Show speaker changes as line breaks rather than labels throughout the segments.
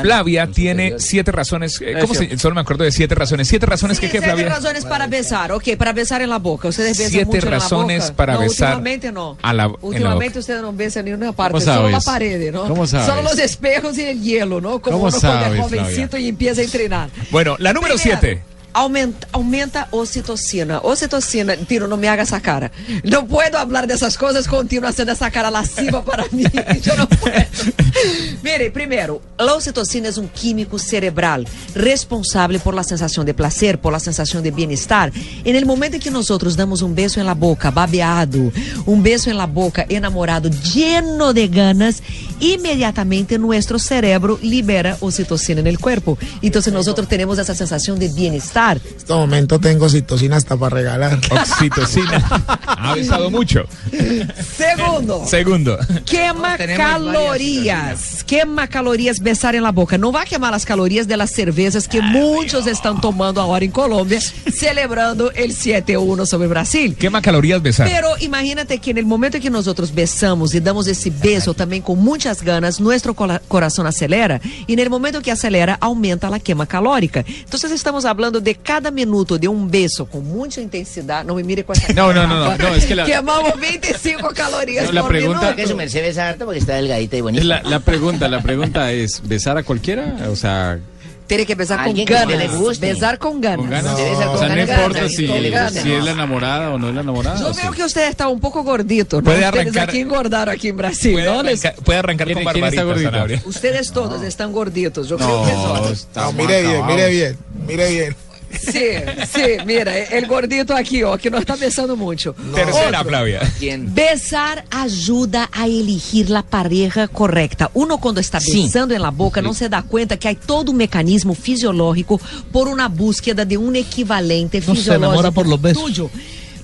Flavia tiene siete razones. eh, ¿Cómo se, solo me acuerdo de siete razones. Siete razones
Sí,
que, que
siete
Flavia.
razones para besar, ok, para besar en la boca. Ustedes besan
Siete
mucho en la
razones
boca.
para
no,
besar
Últimamente no.
a la- en la
últimamente
boca.
ustedes no besan en ninguna parte,
¿Cómo
solo la
sabes?
pared, ¿no?
¿Cómo sabes?
Solo los espejos y el hielo, ¿no? Como
¿Cómo
uno cuando
sabes,
es jovencito
Flavia?
y empieza a entrenar.
Bueno, la número
Primero,
siete.
Aumenta, aumenta ocitocina. Ocitocina, Tiro, no me haga esa cara. No puedo hablar de esas cosas, continúa haciendo esa cara lasciva para mí. Yo no puedo. Mire, primero, la ocitocina es un é um químico cerebral responsable por la sensación de placer, por la sensación de bienestar. En el momento en que nosotros damos un beso en la boca, babeado, un beso en la boca, enamorado, lleno de ganas, inmediatamente nuestro cerebro libera ocitocina en el cuerpo. Entonces nosotros tenemos esa sensación de bienestar.
En este momento tengo citocina hasta para regalar.
Oxitocina. ha besado mucho.
Segundo.
Segundo.
Quema calorías, quema calorías besar en la boca. Não vai queimar as calorias das cervejas que muitos estão tomando agora em Colômbia, celebrando o 7-1 sobre o Brasil.
Quema calorías
É.
besar.
Pero imagínate que en el momento que nosotros besamos y damos ese beso también con muchas ganas, nuestro cola- corazón acelera y en el momento que acelera aumenta la quema calórica. Entonces estamos hablando de cada minuto de un beso con mucha intensidad. No me mire con esa
No, no,
cara,
no, no,
papá.
no, es que la-
Quemamos 25 calorías
No, la
por
pregunta-
minuto.
que su merced besa harto porque está delgadita y bonita.
La, la pregunta, la pregunta es, ¿besar a cualquiera? O sea,
Tiene que besar con
Alguien que
ganas.
le guste.
besar con ganas.
con ganas.
Debe ser
o sea,
con
no
ganas,
importa
ganas,
si,
con ganas.
si es la enamorada o no es la enamorada.
Yo
o
veo
sí.
que usted está un poco gordito, ¿no?
Puede
Ustedes
arrancar-
aquí engordaron aquí en Brasil,
Puede
¿no? Les-
arrancar, puede arrancar
¿Quién-
con
quién
barbarita,
está gordito?
Sanabria.
Ustedes todos están gorditos. Yo creo que
No,
todos.
No,
estamos
mire bien,
acabados.
mire bien, mire bien.
Sí, sí, mira, el gordito aquí, ó, que não está pensando muito.
Tercera, Flavia.
¿Quién?
Besar ajuda a elegir la pareja correcta. Uno cuando está besando en la boca no se da cuenta que hay todo un mecanismo fisiológico por una búsqueda de un equivalente
No se
fisiológico
enamora por los besos.
tuyo.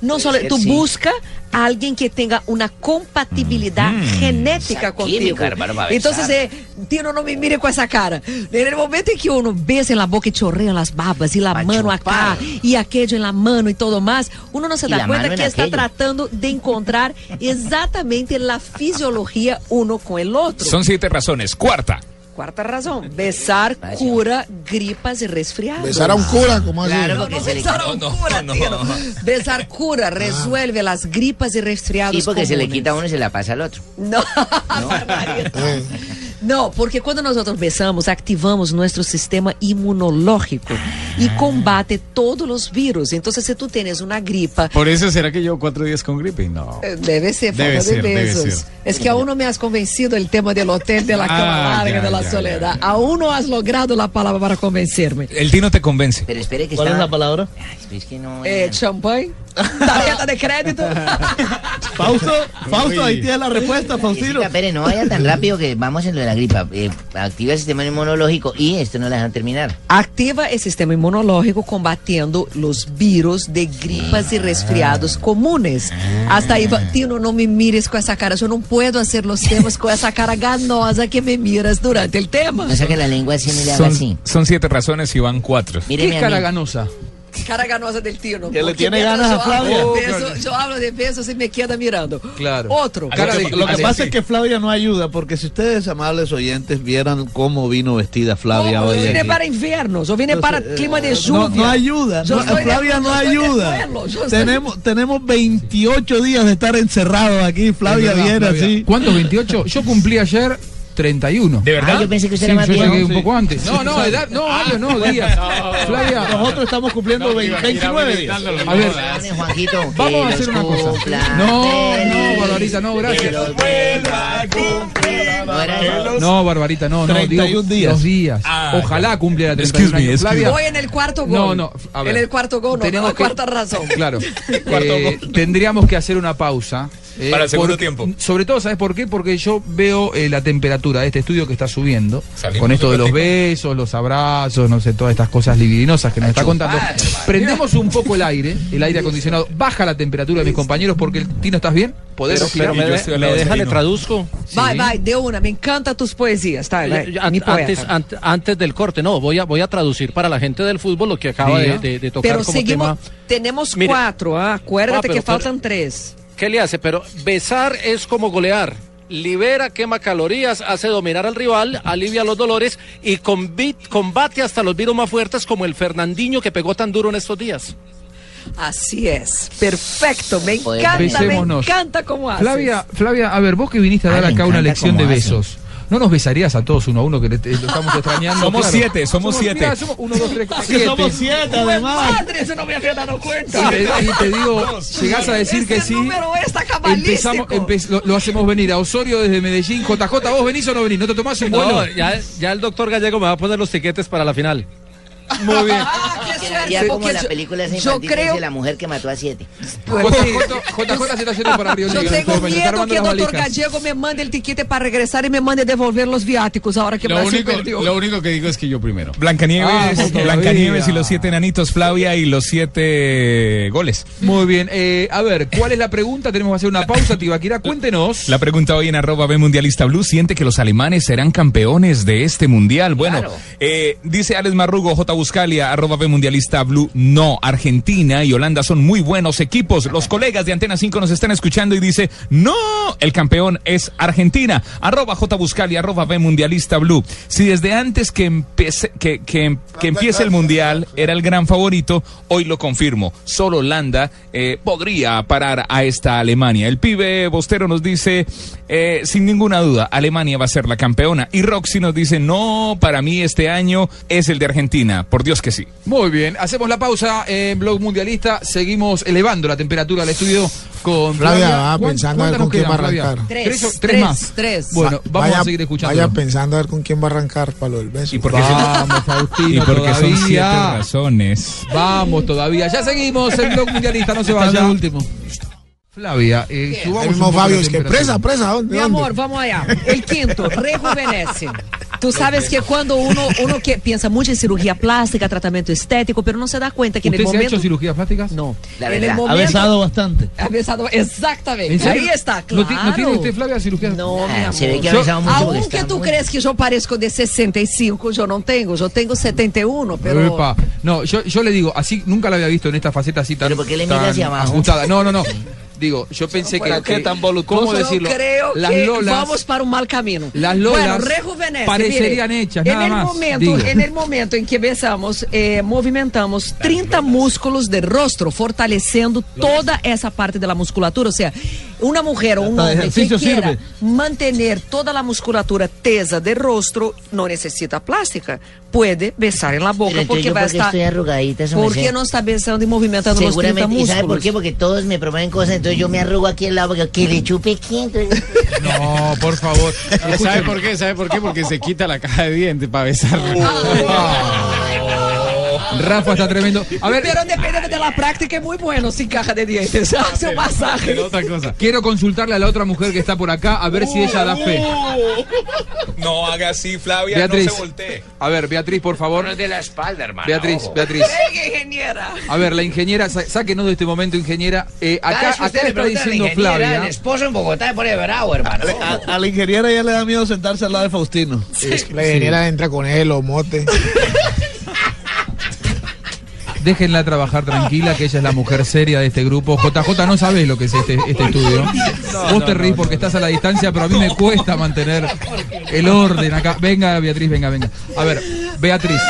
No solo,
ser,
tú
sí.
busca a alguien que tenga una compatibilidad
Hum.
genética
Esa
contigo.
química, hermano, para
Entonces,
besar.
eh, Tino, no me mire con esa cara. En el momento en que uno besa en la boca y chorrea las babas y la
Pa'
mano
chupar.
acá y aquello en la mano y todo más, uno no se
Y
da
la
cuenta
mano en
que está
aquello.
tratando tratando de encontrar exactamente la fisiología uno con el otro.
Son siete razones. Cuarta.
Cuarta razón, besar cura gripas y resfriados.
Besar a un cura, ¿cómo así?
Claro, porque
No,
se le
besar a un
No, no,
cura,
no.
tío, no. Besar cura resuelve las gripas y resfriados.
Sí, porque se le
comunes.
quita a uno y se la pasa al otro.
No, barbaridad. No, porque quando nós outros besamos, activamos nosso sistema imunológico e combate todos os vírus. Então, se tu tens uma gripa,
Por eso será que llevo cuatro días con gripe. No.
Eh, Debe ser falta
Debe
de
ser, debe
besos.
ser.
Es que aún no me has convencido el tema del hotel, de la cama
Ah,
larga,
ya,
de la
ya,
soledad. Aún no has logrado la palabra para convencerme.
El Tino te convence.
Pero espere que
¿Cuál es
estaba-
la palabra?
Ay, es que no...
Eh, champagne, tarjeta de crédito.
Fausto, Fausto, ahí
Uy.
tienes la respuesta, Faustino.
Chiquita, Pérez, no vaya tan rápido que vamos en lo de la gripa. Eh, activa el sistema inmunológico y esto no la dejan terminar.
Activa el sistema inmunológico combatiendo los virus de gripas y
Ah.
resfriados comunes. Hasta ahí, va- Tino, no me mires con esa cara. Yo no puedo hacer los temas con esa cara ganosa que me miras durante el tema.
No saque la lengua así ni le haga así.
Son, son siete razones y van cuatro.
Míreme a mí.
ganosa?
Cara ganosa del Tino.
Que le
porque
tiene
mientras
ganas a
yo hablo de
Flavia.
beso- yo hablo de besos y me queda mirando.
Claro.
Otro.
Cara de-
Lo que
Sí,
pasa
sí.
es que Flavia no ayuda, porque si ustedes, amables oyentes, vieran cómo vino vestida Flavia
Yo
hoy.
vine
aquí.
para invierno, yo vine para
Entonces, eh,
clima de
No,
lluvia.
no ayuda,
Yo
no,
estoy de-
Flavia
yo
no
estoy de
ayuda.
duelo, yo estoy-
Tenemos, tenemos 28 días de estar encerrados aquí, Flavia viene así.
¿Cuántos 28? Yo cumplí ayer 31.
¿De
Ah,
verdad?
yo pensé que usted
Sí,
era más
yo llegué
viejo.
un poco antes. No, no, edad, no, años, no, días. Flavia,
Nosotros estamos cumpliendo 29 días.
a ver,
Perdone, Juanjito, que
vamos a hacer
los
una cosa.
cumpla
No,
feliz.
no, Barbarita, no, gracias.
No era eso.
No, Barbarita, no, no,
31
digo,
días.
los días.
Ah,
Ojalá cumpla la
Excuse
31
me,
años.
excuse
Flavia,
Voy en el cuarto gol.
No, no, a ver.
En el cuarto gol, no,
Tenemos
la
que-
cuarta razón.
Claro. Eh, tendríamos que hacer una pausa. eh,
Para el segundo tiempo.
Sobre todo, ¿sabes por qué? Porque yo veo eh, la temperatura de este estudio que está subiendo.
Salimos
con esto de los
del
besos, los abrazos, no sé, todas estas cosas libidinosas que nos está contando. Prendemos un poco el aire, el aire acondicionado. Baja la temperatura de mis compañeros porque, el- Tino, ¿estás bien? ¿Podés
Pero,
respirar?
pero, me- me deja, le
traduzco.
Vai, vai, de una. Me encantan tus poesías, tá? vai, mi poeta.
Antes, ah, ant- antes del corte, no, voy a, voy a traducir para la gente del fútbol lo que acaba
Diga.
de, de- de tocar
Pero
como
seguimos,
tema.
tenemos
Mire.
cuatro, ah, acuérdate
Ah, pero-
que
pero-
faltan tres.
¿Qué le hace? Pero besar es como golear. libera, quema calorías, hace dominar al rival, alivia los dolores y combi- combate hasta los virus más fuertes como el Fernandinho que pegó tan duro en estos días.
Así es. Perfecto. Me
Joder,
encanta, me
besémonos.
encanta cómo haces.
Flavia, Flavia, a ver, vos que viniste a
Ah,
dar
me
acá una
encanta
lección de
cómo hacen.
besos. ¿No nos besarías a todos uno a uno que le- te- lo estamos extrañando?
Somos siete, somos siete.
mirá, somos uno, dos, tres, siete.
siete,
¡Jue madre! Eso no me había dado
Y
cuenta.
te, y te digo, llegás Pues a decir
Ese
que
este
sí.
número está cabalístico.
Empezamos, empe- lo, lo hacemos venir a Osorio desde Medellín. JJ, ¿vos venís o no venís? ¿No te tomás un vuelo?
ya, ya el doctor Gallego me va a poner los tiquetes para la final.
Muy bien.
Ah, qué suerte,
Ya como
porque
la
yo-
película esa
yo
infantil que
creo
dice la mujer que mató a siete.
JJ se está yendo para Río
Pues Yo
Negro. en este
tengo
momento, está
miedo
armando
que el
las
doctor
valijas.
Gallego me mande el tiquete para regresar y me mande devolver los viáticos ahora que
Lo
Brasil
único,
perdió.
lo único que digo es que yo primero.
Blancanieves,
Vamos todavía.
Blancanieves y los siete enanitos, Flavia y los siete goles.
Muy bien. eh, a ver, ¿cuál es la pregunta? Tenemos que hacer una pausa, Tibaquira. Cuéntenos.
La pregunta hoy en arroba B Mundialista Blue, ¿siente que los alemanes serán campeones de este mundial? Bueno, eh, dice Alex Marrugo, J. Buscalia, arroba B Mundialista Blue, no, Argentina y Holanda son muy buenos equipos. Los colegas de Antena 5 nos están escuchando y dice, no, el campeón es Argentina, arroba J. Buscalia, arroba B Mundialista Blue. Si desde antes que, empece- que, que em- que empiece el mundial era el gran favorito, hoy lo confirmo, solo Holanda eh, podría parar a esta Alemania. El pibe Bostero nos dice, eh, sin ninguna duda, Alemania va a ser la campeona. Y Roxy nos dice, no, para mí este año es el de Argentina. Por Dios que sí.
Muy bien, hacemos la pausa en Blog Mundialista. Seguimos elevando la temperatura del estudio con
Flavia,
Flavia.
va
¿Cuán-
pensando a ver
cuántas
con
nos
quién
quedan,
va a
Flavia?
arrancar.
Tres,
Tres, o- tres
tres,
más.
tres.
Bueno, vamos
Vaya-
a seguir escuchando.
Vaya pensando a ver con quién va a arrancar para lo del beso.
Y porque,
Vamos, Faustino,
y porque son siete
todavía.
razones.
Vamos todavía. Ya seguimos en Blog Mundialista, no se
Hasta
vaya.
lo último.
Flavia, eh, subamos
el
un
mismo
poco
Fabio
la
es que presa,
temperatura.
presa, ¿dónde?
Mi
dónde?
amor, vamos allá. El quinto, rejuvenece. Tú sabes que cuando uno, uno que piensa mucho en cirugía plástica, tratamiento estético, pero no se da cuenta que en
¿Usted
el
se ha hecho
momento...
cirugías plásticas?
No,
La
en el
verdad.
Ha
momento...
besado bastante.
Ha besado,
¿En
exactamente.
serio?
Ahí está,
¿No
claro.
ti- no tiene usted, Flavia, cirugía?
No, mi
Ah,
amor.
se ve que ha
Yo-
avanzado mucho. porque
Aunque
está
tú
muy-
crees que yo parezco de 65, yo no tengo. Yo tengo 71, pero...
Epa. No, yo, yo le digo, así nunca la había visto en esta faceta así tan,
Pero ¿por qué le mira
tan
hacia abajo?
ajustada. No, no, no. Digo, yo pensé que,
puedo creer
que-
tan voluptuoso.
¿cómo
Yo
decirlo?
creo
Las
que
lolas
vamos para un mal camino.
las
bueno,
lolas
rejuvenece.
parecerían
mire,
hechas,
en
nada
el
más,
Momento,
digo.
En el momento en que besamos, eh, movimentamos 30 músculos de rostro, fortaleciendo toda esa parte de la musculatura. O sea, una mujer o un
Hasta de
hombre que
ejercicio
quiera
sirve.
mantener toda la musculatura tesa de rostro no necesita plástica. Puede besar en la boca
Pero entonces
porque
yo
va a
porque
estar...
estoy arrugadita, eso me
¿Por qué
sé.
no está besando y movimentando los 30
Seguramente, ¿y
músculos?
sabe por qué? Porque todos me proponen cosas, entonces yo me arrugo aquí al lado, porque que le chupe quién. entonces-
No, por favor.
¿Sabe por qué? ¿Sabe por qué? Porque se quita la caja de dientes para besarla.
Ah.
Ah.
Rafa está tremendo. A ver,
Pero depende de la práctica, es muy bueno sin caja de dientes. Hace un masaje.
Pero otra cosa.
quiero consultarle a la otra mujer que está por acá a ver si ella da fe.
No haga así, Flavia,
Beatriz. A ver, Beatriz, por favor.
de la espalda, hermano.
Beatriz,
ojo.
Beatriz.
Venga, ingeniera.
A ver, la ingeniera, sa- sáquenos de este momento, ingeniera. Eh,
Cada
acá
vez que
acá
usted
le
le pregunta
está
a la
diciendo
ingeniera,
Flavia.
este
El esposo en Bogotá por el bravo, hermano.
Le- A, a la ingeniera ya le da miedo sentarse al lado de Faustino.
pues.
La ingeniera entra con él o mote.
Déjenla trabajar tranquila, que ella es la mujer seria de este grupo. JJ, no sabes lo que es este, este estudio. Vos te reís porque estás a la distancia, pero a mí me cuesta mantener el orden acá. Venga, Beatriz, venga, venga. A ver, Beatriz.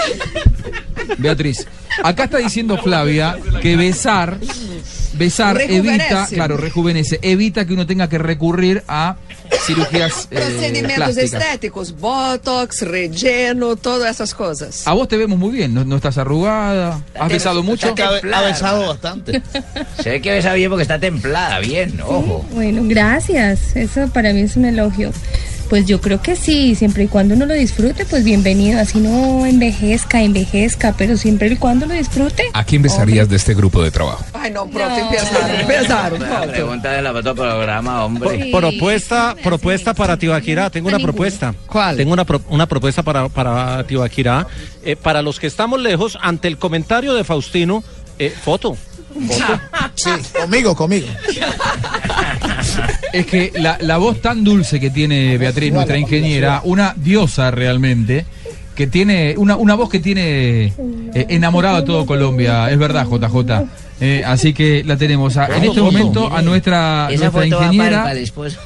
Beatriz, acá está diciendo Flavia que besar, besar
Rejuvenece.
evita, claro, rejuvenece, evita que uno tenga que recurrir a cirugías eh,
Procedimentos
plásticas.
estéticos, botox, relleno, todas esas cosas.
A vos te vemos muy bien, no, no estás arrugada, has besado mucho.
Ha, be- ha
Claro.
besado bastante.
Se ve que besa bien porque está templada, bien, ojo.
Bueno, gracias. Eso para mí es un elogio. Pues yo creo que sí, siempre y cuando uno lo disfrute, pues bienvenido. Así no envejezca, envejezca, pero siempre y cuando lo disfrute.
¿A quién besarías de este grupo de trabajo?
Ay, no, pronto, empezaron. Empezaron,
Una
pronto.
pregunta de la otro programa, hombre.
Sí,
propuesta,
sí,
propuesta
sí,
para
sí,
Tibaquirá.
sí, a
Tengo una
ninguno.
propuesta.
¿Cuál?
Tengo una, pro- una propuesta para, para Tibaquirá. Eh, para los que estamos lejos, ante el comentario de Faustino, eh, foto.
Sí, conmigo, conmigo.
Es que la, la voz tan dulce que tiene Beatriz, nuestra ingeniera, una diosa realmente, que tiene una, una voz que tiene eh, enamorado a todo Colombia, es verdad, JJ. Eh, así que la tenemos a- en este momento a nuestra,
Esa
nuestra
foto va para,
ingeniera.
para el esposo.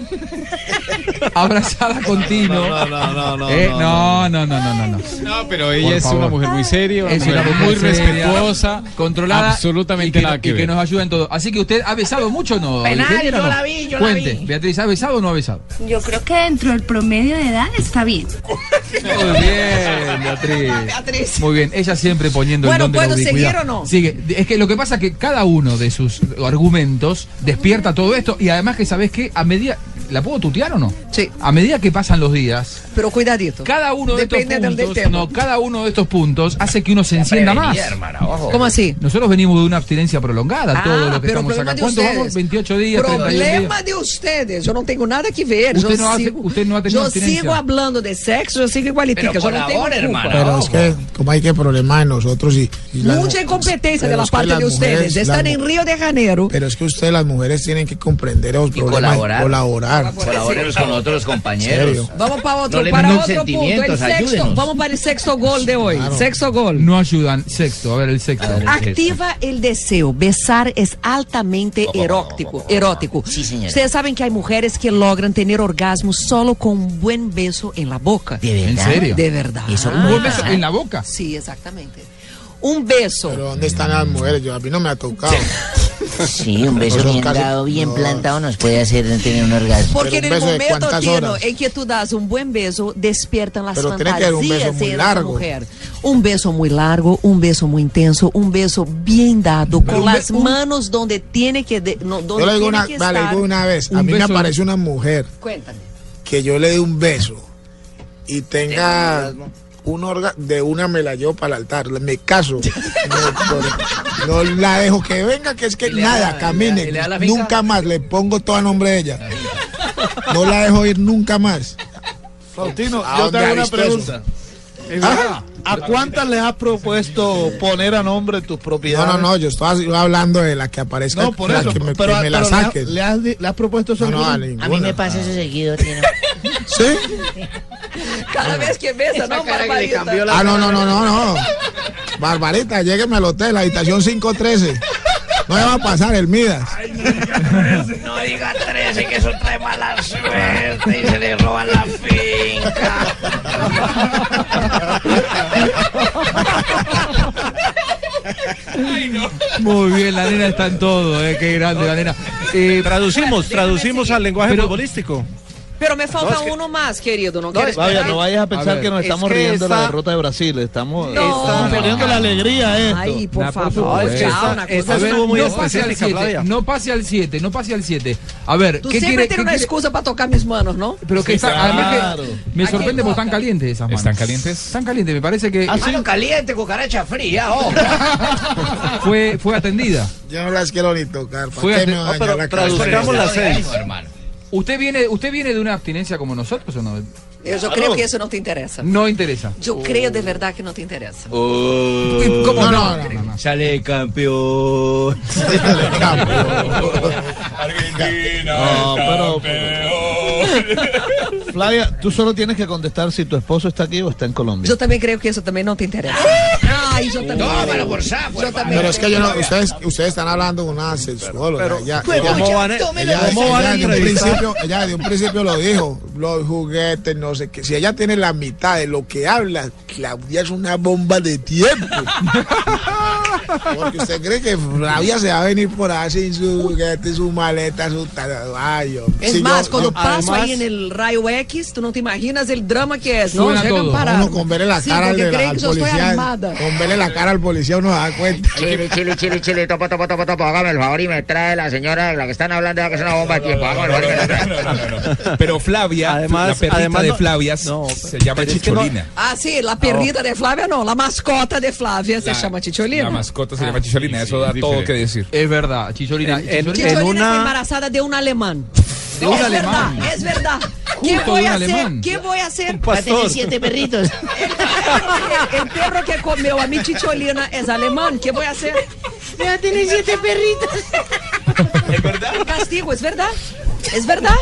abrazada con Tino. No, no, no, no. Eh, no, no, no, no, no.
No, pero ella
Por
es
favor. Ah.
una mujer muy seria, una
Es
mujer
una mujer
muy
seria,
respetuosa,
Controlada.
absolutamente
y que,
nada que
y que
ver.
nos ayuda en todo. Así que usted ha besado mucho o no.
Penal,
Ingeniera,
yo
no?
la vi, yo la
Cuente,
vi.
Beatriz, ¿ha besado o no ha besado?
Yo creo que dentro del promedio de edad está bien.
Muy bien, Beatriz.
Beatriz.
Muy bien, ella siempre poniendo
Bueno,
el don de la
¿puedo seguir
ubicuidad.
o no?
Sigue. Es que lo que pasa es que cada uno de sus argumentos despierta todo esto y además que sabes que a medida... ¿La puedo tutear o no?
Sí.
A medida que pasan los días,
Pero cuidadito.
cada uno de
Depende del-
estos
del
puntos,
tema.
no, cada uno de estos puntos hace que uno se encienda más.
Prevenida, hermana, ojo.
¿Cómo así?
Nosotros venimos de una abstinencia prolongada,
Ah,
todo lo que
pero
estamos
problema
acá.
de
¿Cuánto
ustedes.
vamos? 28 días, 31 días.
Problema de ustedes. Eu não tenho nada que ver.
Usted
eu
no hace-
sigo,
usted no ha tenido
eu
abstinencia.
sigo hablando de sexo, eu sigo igualitica.
Pero
Eu não tenho
colabora,
culpa.
hermana.
Pero es que, como hay que problemas de nosotros y. y las
Mucha
mu-
incompetencia de
pero
la
es que
parte
las
de ustedes.
mujeres-
Están
las
en
mu-
Río de Janeiro.
Pero es que ustedes, las mujeres, tienen que comprender los problemas. y
colaborar.
Colaborar.
Colaboremos con otros compañeros.
Serio.
Vamos para otro,
No le
para
manden
otro punto. El
sentimientos,
sexto,
ayúdenos.
vamos para el sexto gol de Ah, hoy.
Claro.
Sexto gol.
No ayudan. Sexto, a ver el sexto.
Activa el deseo. Besar es altamente erótico. erótico.
Sí, señora.
Ustedes saben que hay mujeres que logran tener orgasmo solo con un buen beso en la boca.
¿De verdad?
¿En serio?
De verdad.
Eso,
¿Un buen beso en la boca?
Sí, exactamente. Un beso.
Pero ¿dónde están las mujeres? Yo a mí no me ha tocado.
Sí, un beso
Otros
bien
casos-
dado, bien
no.
plantado nos puede hacer tener un orgasmo.
Porque en
Pero un
el
beso de
momento,
cuántas
Tino,
horas.
en que tú das un buen beso, despiertan las
Pero tiene que haber un beso
fantasías
muy
de la
largo.
mujer. Un beso muy largo, un beso muy intenso, un beso bien dado, con
un
las
be- un-
manos donde tiene que, de- no, donde
Yo le digo
tiene
una,
que
vale, le
estar.
digo una vez. A
Un
mí me
beso.
aparece una mujer
Cuéntame.
que yo le dé un beso y tenga un orga de una me la llevo para el altar. Me caso. No, no- no la dejo que venga, que es que nada, camine.
y le da la finca.
nunca más. Le pongo todo a nombre de ella. No la dejo ir nunca más.
Faustino,
¿A
yo te
dónde
hago
ha
una
visto
pregunta.
Ah,
¿A cuántas les has propuesto poner a nombre tus
No,
propiedades?
no, no, yo estoy hablando de la que aparezca,
No, por
la
eso.
que me,
pero
que me la
pero le ha-
saque.
Le, has, di- le has propuesto eso
No,
a
no, a
alguien?
ninguna.
A mí me pasa eso seguido, Tino.
¿Sí?
Cada vez que besa, no, Barbarita.
Ah, no, no, no, no, no. Barbarita, llégueme al hotel, habitación 513. No me va a pasar el Midas.
No diga 13 que eso trae mala suerte y se le roban la finca.
Muy bien, la nena está en todo, eh, qué grande la nena. Eh,
Traducimos, traducimos al
lenguaje
Pero-
futbolístico.
Pero me falta uno más, querido. No, quieres
Vaya,
esperar?
no vayas a
A
pensar
ver.
que nos
Es
estamos
que
riendo de la
esa-
derrota de Brasil. Estamos,
No.
estamos poniendo la alegría a esto.
Ay, por
Nah, por
favor. ya,
supuesto. Es que
una
esa-
cosa-
esa- estuvo muy
no pase al
específica,
7,
Flavia.
no pase al 7, no pase al 7. A ver,
Tú
¿qué
siempre
quiere?
tienes
qué
una
quiere?
excusa para tocar mis manos, ¿no?
Pero que está, además que
claro.
me sorprende porque están calientes esas manos.
¿Están calientes?
Están calientes, me parece que
Ah,
Mano caliente, cucaracha fría, ojo.
fue, fue atendida.
Yo no las quiero ni tocar. ¿Para
Fue
qué
ante-
me va a
No, Ah, pero
dañar la cabeza?
traduzcamos las seis.
Ánimo, hermano.
¿Usted viene, ¿Usted viene de una abstinencia como nosotros o no?
Yo creo que eso no te interesa.
No interesa.
Yo creo de verdad que no te interesa.
¿Cómo
No, no, no, no, no.
Sale campeón.
Dale, campo.
No, pero- Flavia, tú solo tienes que contestar si tu esposo está aquí o está en Colombia.
Yo também creio que isso também não te interessa.
Ah,
Ai, eu também.
Tómalo por sapo, hermano.
Pero es que yo no, ustedes, ustedes están hablando con una sexuóloga. ella, ella-
¿Cómo van a-
ella-
cómo van a
ella de un
entrevistar?
principio, ella desde un principio lo dijo, los juguetes, no sé qué. Si ella tiene la mitad de lo que habla, Claudia es una bomba de tiempo. Porque usted cree que Flavia se va a venir por ahí sin su juguete, su maleta, su tatuaje.
Es
Si
más,
yo-
quando
yo-
passo
además,
aí no raio X, tu não te imaginas o drama que é. Não
Suena
chegam
todo.
parar.
uno con verle la
Sí,
cara al,
porque
de la-
creen
al
que yo estoy
policía,
armada.
con verle la cara al policía uno se da cuenta.
Chile, chile, chile, chile, topa, topa, topa, topa. Hágame el favor y me trae la señora de la que están hablando, que es una bomba de tiempo. Hágame el favor y me la trae.
Pero Flavia,
Además-
la perrita
además
de
no-
Flavia
no,
se llama
pero es que no-
Chicholina.
Ah, sim, la perrita de Flávia não, la mascota de Flávia se chama Titiolina.
La mascota
Ah.
se llama Chicholina, eso da
es
todo
diferente.
que decir.
Es verdad, Chicholina.
En- en-
Chicholina-
Titiolina
en una-
está embarazada de un alemán.
De un
es
alemán.
verdad, es verdad. ¿Qué
Justo
voy
de un
a hacer?
alemán.
¿Qué voy a hacer?
Va a tener siete perritos.
El perro que comeu a minha Titiolina es alemán. ¿Qué voy a hacer?
Va a tener siete perritos.
Castigo, es verdad. Es verdad.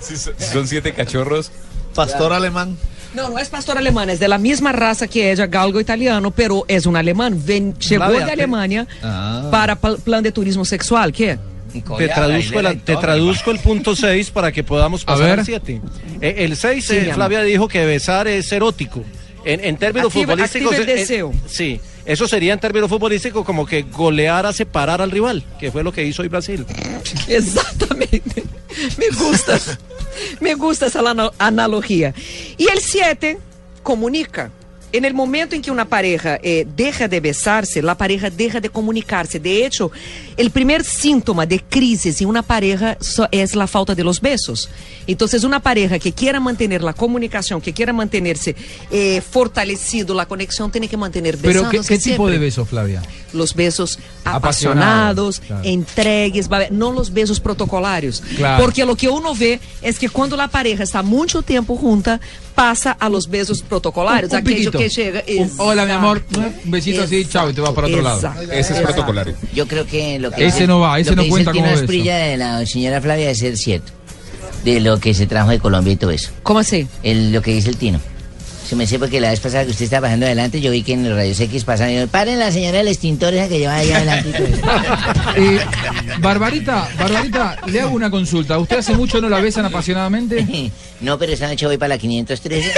Si so- si son siete cachorros.
Pastor alemán.
Não, não é pastor alemã, é da mesma raça que é de galgo italiano, pero é um alemão, vem, chegou
Flávia,
da
pe-
Alemanha
Ah.
para pl- plano de turismo sexual, que é?
Te traduzco, el, te traduzco el punto 6 para que podamos pasar
ver.
al 7. el 6,
Sí, mi amor.
Flavia dijo que besar es erótico. En, en términos
Activa-
futbolísticos.
activa el
eh, eh,
deseo.
sí, eso sería en términos futbolísticos como que golear a separar al rival, que fue lo que hizo hoy Brasil.
Exactamente. Me gusta. Me gusta esa lana- analogía. Y el 7 comunica. En el momento en que una pareja eh, deja de besarse, la pareja deja de comunicarse. De hecho, el primer síntoma de crisis en una pareja so- es la falta de los besos. Entonces, una pareja que quiera mantener la comunicación, que quiera mantenerse eh, fortalecido la conexión, tiene que mantener
Pero, ¿qué,
besándose
qué tipo de
siempre.
besos, Flavia?
los besos apasionados,
Apasionados, claro.
entregues, babe- no los besos protocolarios.
Claro.
Porque lo que uno ve es que cuando la pareja está mucho tiempo junta, pasa a los besos protocolarios,
Un- un
aquello
piquito.
que llega.
Un- hola, mi amor. Un besito así, chao, y te vas para otro lado.
Exacto,
Ese es
exacto.
protocolario.
Yo creo que lo que.
Ese no va, ese
lo
no
que dice
cuenta
el Tino
como beso.
Asprilla de la señora Flavia es ser cierto. De lo que se trajo de Colombia y todo eso.
¿Cómo así?
El- lo que dice el Tino. Se me sé porque la vez pasada que usted estaba bajando adelante, yo vi que en los rayos X pasaron. y yo, Paren la señora del extintor esa que lleva ahí adelante. y todo eso".
Eh, Barbarita, Barbarita, le hago una consulta. ¿Usted hace mucho no la besan apasionadamente?
No, pero esta noche voy para la 513.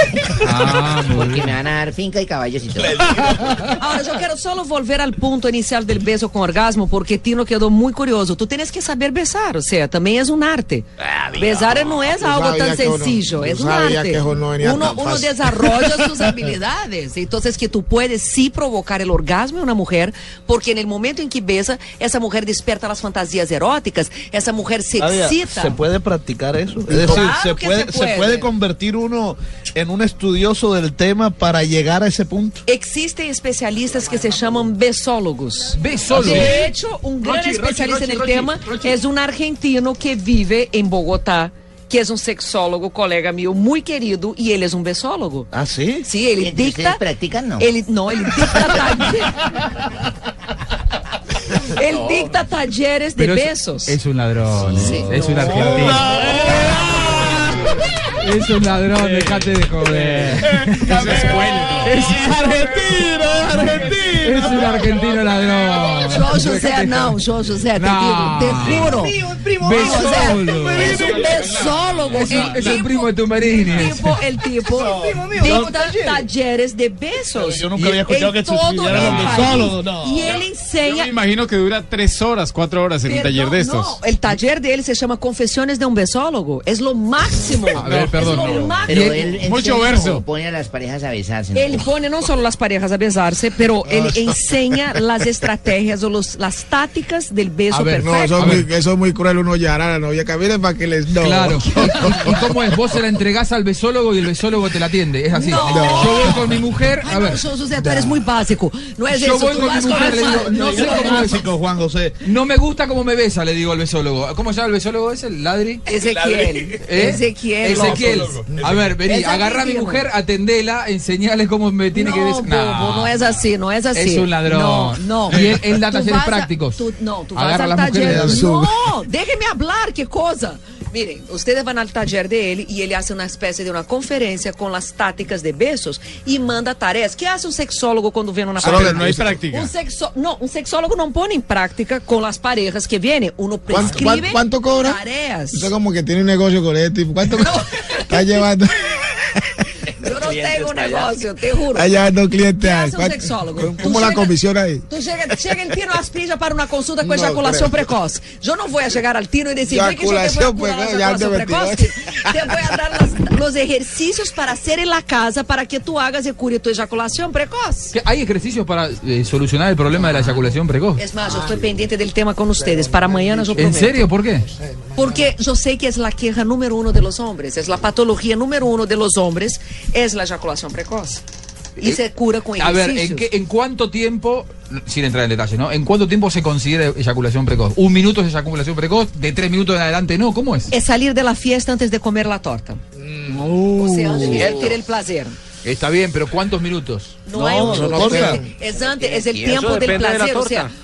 Ah, muy
porque
bien.
me van a dar finca y caballos y todo.
Agora, eu quero só volver ao ponto inicial del beso com orgasmo, porque Tino quedou muito curioso. Tu tens que saber besar, ou seja, também é um arte. besar não é
Yo
algo
sabía
tão
que eso no-
sencillo,
yo
é um
sabía
arte.
que eso no venía
uno
tan
uno
fácil.
desarrolla sus habilidades. Entonces, que tu puedes sí provocar el orgasmo en una mujer, porque en el momento em que besa, essa mujer desperta as fantasias eróticas, essa mujer se
Flavia,
excita.
¿Se puede practicar eso? Es
Claro
decir, se,
que
puede,
se
se,
puede.
puede. convertir uno en un estudioso del tema para llegar a ese punto.
Existem especialistas que se chamam besólogos.
Besólogos.
De hecho, un gran
Rochi, Rochi,
especialista en
Rochi,
el
Rochi,
tema
Rochi.
es un argentino que vive en Bogotá, que es un sexólogo, colega mío, muy querido, y él es un um besólogo.
¿Ah, sí?
Sí, él
¿Y entre
dicta.
ustedes practican? No.
Ele, é não, ele dicta. ta- ele dicta talleres de
Pero es-
besos.
Es un ladrón.
Sí.
eh. Es un argentino. Es un ladrón, dejate de joder. Es argentino, argentino. Es un argentino ladrón.
João José, não, João José, te digo,
Não.
te juro.
Besólogo.
José, es un besólogo.
Es, un-
el
es el
tipo-
primo de tu
El tipo, el tipo dicta talleres de besos.
Yo nunca había escuchado
en
que se
todo
estudiaran
el
los
país.
besólogos, no.
Y él enseña.
imagino que dura tres horas, cuatro horas en un taller
Perdón,
de
No,
estos.
eh,
el taller de él se llama Confesiones de un besólogo. Es lo máximo.
A ver, perdón,
Es lo
no.
máximo.
Pero él, él
Mucho
sí
verso.
Pone a las parejas a besarse. ¿no?
Ele põe não só as parejas a besarse,
Ah,
pero ele enseña as estratégias ou los- las táticas del beso
A ver,
perfecto.
No, eso
A
es, muy,
ver.
eso es muy cruel uno llevar a la novia que viene para que les no.
Claro. ¿Y, y cómo es? Vos se la entregás al besólogo y el besólogo te la atiende. Es así.
No.
Yo voy con mi mujer.
Ai,
A ver.
não, João José, tu eres muito básico. Não é
Yo
isso,
voy
tu
con mi
vas com
mujer.
a
Le digo,
sua-
no sé cómo es.
Clásico, Juan José.
No me gusta cómo me besa, le digo al besólogo. ¿Cómo se llama el besólogo? ¿Es el ladri?
Ezequiel.
¿Eh?
Ezequiel.
Ezequiel. A ver, vení,
Ezequiel.
agarra a mi mujer, atendela, enseñale cómo me tiene
no,
que besar.
bobo, no es así, no es así.
Es un ladrón.
No, no.
Y él- él da
Tú
talleres
vas a-
prácticos.
tú- no, tú
Agarra
vas
a
al
las mujeres
taller.
de
No, déjeme hablar, qué cosa. Miren, ustedes van al taller de él y él hace una especie de una conferencia con las tácticas de besos y manda tareas. ¿Qué hace un sexólogo cuando viene una
Solo
Ah,
pareja?
que no hay
práctica.
Un sexo- no, un sexólogo no pone en práctica con las parejas que vienen. Uno
¿Cuánto,
prescribe
cuán- cuánto cobra?
tareas.
Usted como que tiene un negocio con este tipo. ¿Cuánto cobra? Está llevando,
Yo no tengo un negocio, te juro.
está llevando
¿Qué
clientes ahí.
hace un
¿Cuánto-
sexólogo?
¿Cómo la comisión ahí?
Tu chega, chega em Tino Asprija para uma consulta com
Não,
ejaculação
credo.
precoce. Eu não vou chegar ao Tino e decidir que eu te
Ejaculação
vou
precoce,
curar a
já
ejaculação
deu
precoce. Te vou a dar los, los exercícios para ser em la casa para que tu hagas e cure tu ejaculação precoce.
¿Qué- ¿Hay ejercicios para eh, solucionar el problema de la eyaculación precoz?
Es más, eu estou pendente del tema com ustedes. Para amanhã eu
¿En
prometo.
serio? ¿Por qué?
Porque yo sé que es la queja número uno de los hombres, es la patología número uno de los hombres, es la eyaculación precoz. Y se cura con
Eh, A ver,
ejercicios.
¿en, qué- en cuánto tiempo, sin entrar en detalles, ¿no? ¿En cuánto tiempo se considera eyaculación precoz? ¿Un minuto es eyaculación precoz? ¿De tres minutos en adelante no? ¿Cómo
Eh.
es?
Es É salir de la fiesta antes de comer la torta. o sea, antes de sentir el placer. é
Está bien, pero ¿cuántos minutos?
No, hay un
eso no
es,
pega.
el- es É antes, es el
Y eso
tiempo del
depende de la
placer. o sea,
torta.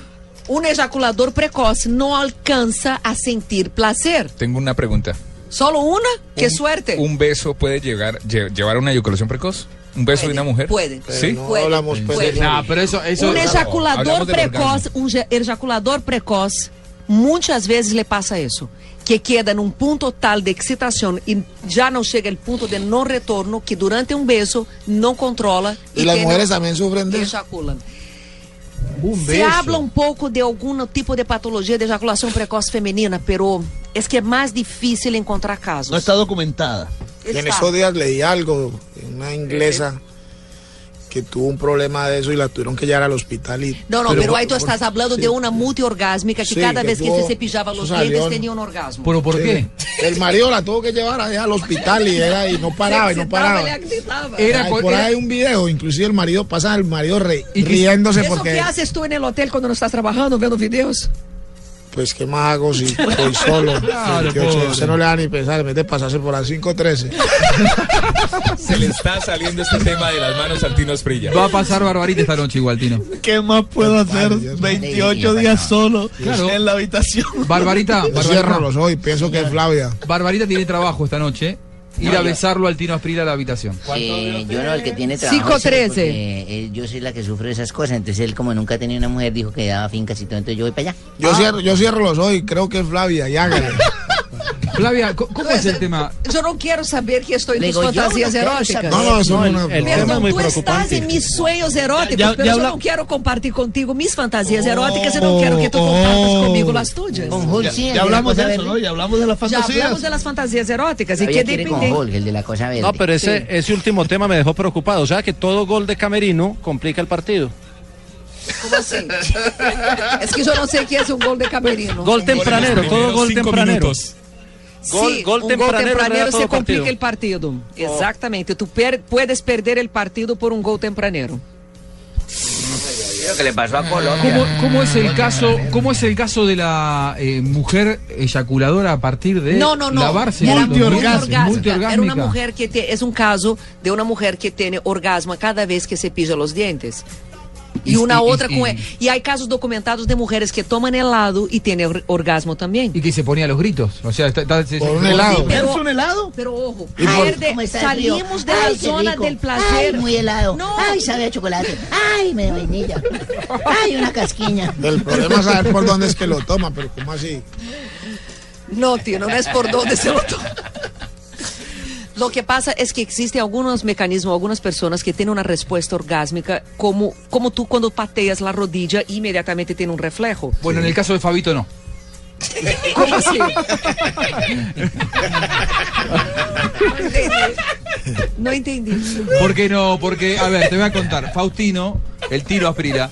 un ejaculador precoz no alcanza a sentir placer.
Tengo una pregunta.
Solo una, qué
Un-
suerte.
¿Un beso puede llegar, lle- llevar a una eyaculación precoz? ¿Un beso de una mujer?
Puede.
¿Sí?
no
puede,
hablamos, pues,
puede.
de-
No, pero Ah, eso, eso
un
Hablamos del
um ejaculador
orgasmo.
precoz, un ge- ejaculador precoz muitas vezes le passa isso. Que queda num ponto tal de excitação e já não chega ao ponto de não retorno que durante um beso não controla.
Y las
tiene-
mujeres también sufren de eso.
Ejaculam.
Un
Se
beso.
habla um pouco de algum tipo de patologia de ejaculação precoce feminina, pero é que é mais difícil encontrar casos.
No está documentada.
En esos días leí algo, una inglesa que tuvo un problema de eso y la tuvieron que llevar al hospital y...
Não, não, pero aí tu estás hablando de uma multiorgásmica que
Sí,
cada
que
vez que
tuvo-
se cepillava os
salió-
dientes tinha um orgasmo.
¿Pero por
Sí.
qué?
El marido la tuvo que llevar allá al hospital y era y no paraba y no paraba.
Era
Ay,
con-
por
era-
ahí hay un video, inclusive el marido pasa el marido re-
¿Y qué-
riéndose
Isso
porque
que haces tu no hotel quando não estás trabalhando, vendo vídeos?
pues qué más hago si estoy solo.
Claro,
28,
pobre.
usted no le da ni pensar, en vez de pasarse por las 513.
Se le está saliendo este tema de las manos al Tino Esprilla.
Va a pasar barbarita esta noche igual, Tino.
¿Qué más puedo hacer
Dios mío.
28 días solo
Claro.
en la habitación?
Yo
Barbarita,
cierro
Barbarita,
los ojos y pienso que es Flavia.
Barbarita tiene trabajo esta noche. Ir a besarlo al Tino Asprila a la habitación.
Eh, yo no, el que tiene trabajo.
Cinco
es él,
trece.
porque él- yo soy la que sufre esas cosas. Entonces él, como nunca tenía una mujer, dijo que daba fincas y todo. Entonces yo voy para allá.
Yo
Ah.
cierro, yo cierro los ojos y creo que es Flavia, y hágale.
Flavia, co- ¿cómo es el tema?
Eu não quero saber que estou em
Le
tus
digo, yo
fantasias
no quiero
eróticas.
saber.
No, no, eso es
el- el-
una.
tema
Perdão,
muy
tu estás
preocupante.
em mis sonhos eróticos,
Ya- ya
pero eu
habla-
não quero compartilhar contigo mis fantasias eróticas e não quero que tu compartas comigo las tuyas.
Con Hulk,
Ya,
sí. el
ya
de la
hablamos
cosa
de eso,
verde.
¿no? Ya hablamos de las
Já
fantasías.
hablamos das fantasias eróticas e que
Todavía quiere con
dependem.
Hulk, el de la cosa verde.
No, pero ese, ese último tema me dejó preocupado. O sea que todo gol de Camerino complica el partido.
Como assim? É que eu não sei que é um gol de camerino.
Gol tempranero, todo gol tempranero. Gol-
Sí,
gol
un
tempranero
gol
arregla
tempranero
todo
se complica
partido.
el partido. Exactamente. Tú per- puedes perder el partido por un gol tempranero.
que le pasó a Colombia.
¿Cómo, cómo es el caso, cómo es el caso de la eh, mujer eyaculadora a partir de
no, no, no.
Eh, lavarse?
Era
los dientes?
multiorgásmica.
Multiorgásmica.
Era una mujer que te- es un caso de una mujer que tiene orgasmo cada vez que se pilla los dientes. Y,
Y-
una
y-
otra
y-
con.
y-
Y hay casos documentados de mujeres que toman helado y tienen or- orgasmo también.
Y que se ponía los gritos. O sea, está, está- se-
Por un
se-
helado.
Pero-
¿Es un helado?
Pero ojo,
Y por-
ayer de-
¿Cómo está el río?
salimos de la
Ay, qué
zona
rico.
del placer.
Ay, muy helado.
No.
Ay, sabe a chocolate. Ay, me da vainilla. Ay, una casquiña.
El problema es saber por dónde es que lo toma, pero ¿cómo así?
No, tío, no es por dónde se lo toma. Lo que pasa es que existen algunos mecanismos, algunas personas que tienen una respuesta orgásmica, como, como tú cuando pateas la rodilla, inmediatamente tiene un reflejo.
Bueno, en el caso de Fabito no.
¿Cómo así? No entendí. No entendí.
¿Por qué no? Porque, a ver, te voy a contar. Faustino, el tiro Asprila,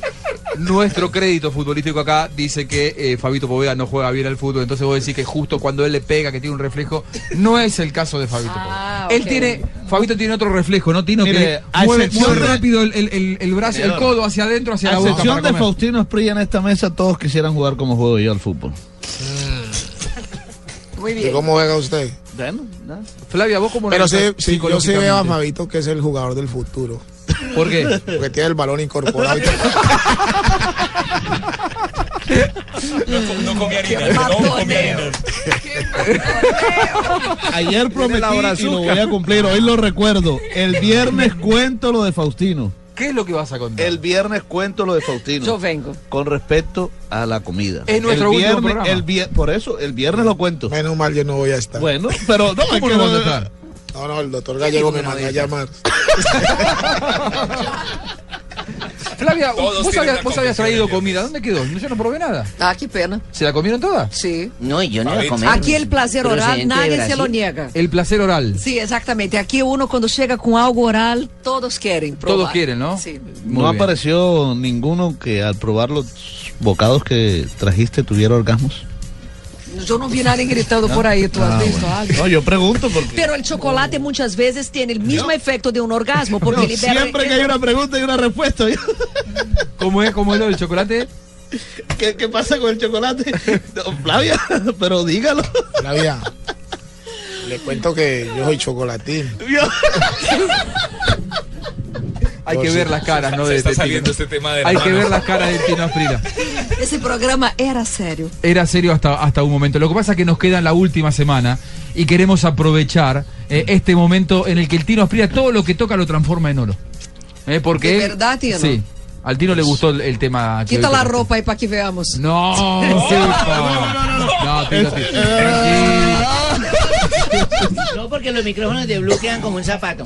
nuestro crédito futbolístico acá dice que eh, Fabito Poveda no juega bien al fútbol. Entonces vos decís que justo cuando él le pega, que tiene un reflejo, no es el caso de Fabito Poveda.
Ah,
Él
ok.
tiene, Fabito tiene otro reflejo, ¿no? Tino
Mire,
que
a
mueve,
excepción
mueve
de-
rápido el, el- el- el brazo, el
Menor.
codo hacia adentro, hacia
A
la boca.
excepción
para
de
comer.
Faustino Esprilla en esta mesa, todos quisieran jugar como juego yo al fútbol.
Muy
¿Y
bien.
cómo juega usted?
Bueno, ¿no?
Flavia, vos como
Pero sí, sí, yo sí veo a Fabito que es el jugador del futuro.
¿Por qué?
Porque tiene el balón incorporado. y todo.
No comía harina,
Mató,
no comía
Leo.
harina.
Ayer prometí y lo voy a cumplir, hoy lo recuerdo. El viernes cuento lo de Faustino.
¿Qué es lo que vas a contar?
El viernes cuento lo de Faustino.
Yo vengo.
Con respecto a la comida.
Es nuestro
el
último
viernes,
programa.
el vier- Por eso, el viernes lo cuento.
Menos mal yo no voy a estar.
Bueno, pero no, es
¿Cómo
que
no vas
no-
a estar?
No, no, el doctor Gallego me
una
mandó a
vez.
llamar.
Flavia,
Todos
vos,
tienen
habías,
una
vos habías
confesión
traído
de Dios.
comida. ¿Dónde quedó? No, Yo no probé nada.
Ah, qué pena.
¿Se la comieron todas?
Sí.
No, y yo no la
Ahorita.
comí.
Aqui o prazer oral,
Procedente de
nadie se
Brasil.
lo niega.
El placer oral.
Sim, exatamente. Aqui uno quando chega com algo oral, todos querem provar.
Todos quieren, ¿no?
Sim.
Muy
no
bien.
apareció ninguno que al probar los bocados que trajiste tuviera orgasmos.
Eu não vi ninguém gritando por aí, tu has visto algo?
No, yo pregunto porque.
Pero el chocolate muchas veces tiene el mismo efecto de un orgasmo porque
No,
libera
siempre que hay una pregunta y una respuesta.
¿Cómo es? ¿Cómo es lo del chocolate?
¿Qué, qué pasa con el chocolate? No, Flavia, pero dígalo.
Flavia, le cuento que yo soy chocolatín.
Hay
Oh,
que
sí.
ver las caras, ¿no?
Se
de-
está
de
saliendo
Tino.
este tema de la
Hay que
mano.
ver las caras de Tino Asprila.
Ese programa era serio.
Era serio hasta, hasta un momento. Lo que pasa es que nos queda la última semana y queremos aprovechar eh, este momento en el que el Tino Asprila todo lo que toca lo transforma en oro. Eh, porque
¿De
él-
verdad, Tino?
Sí. Al Tino le gustó el, el tema. que
Quita
hoy
la
tocaste.
ropa ahí para que veamos.
No, No, Tino, Tino.
No, porque los micrófonos de Blue quedan como un zapato.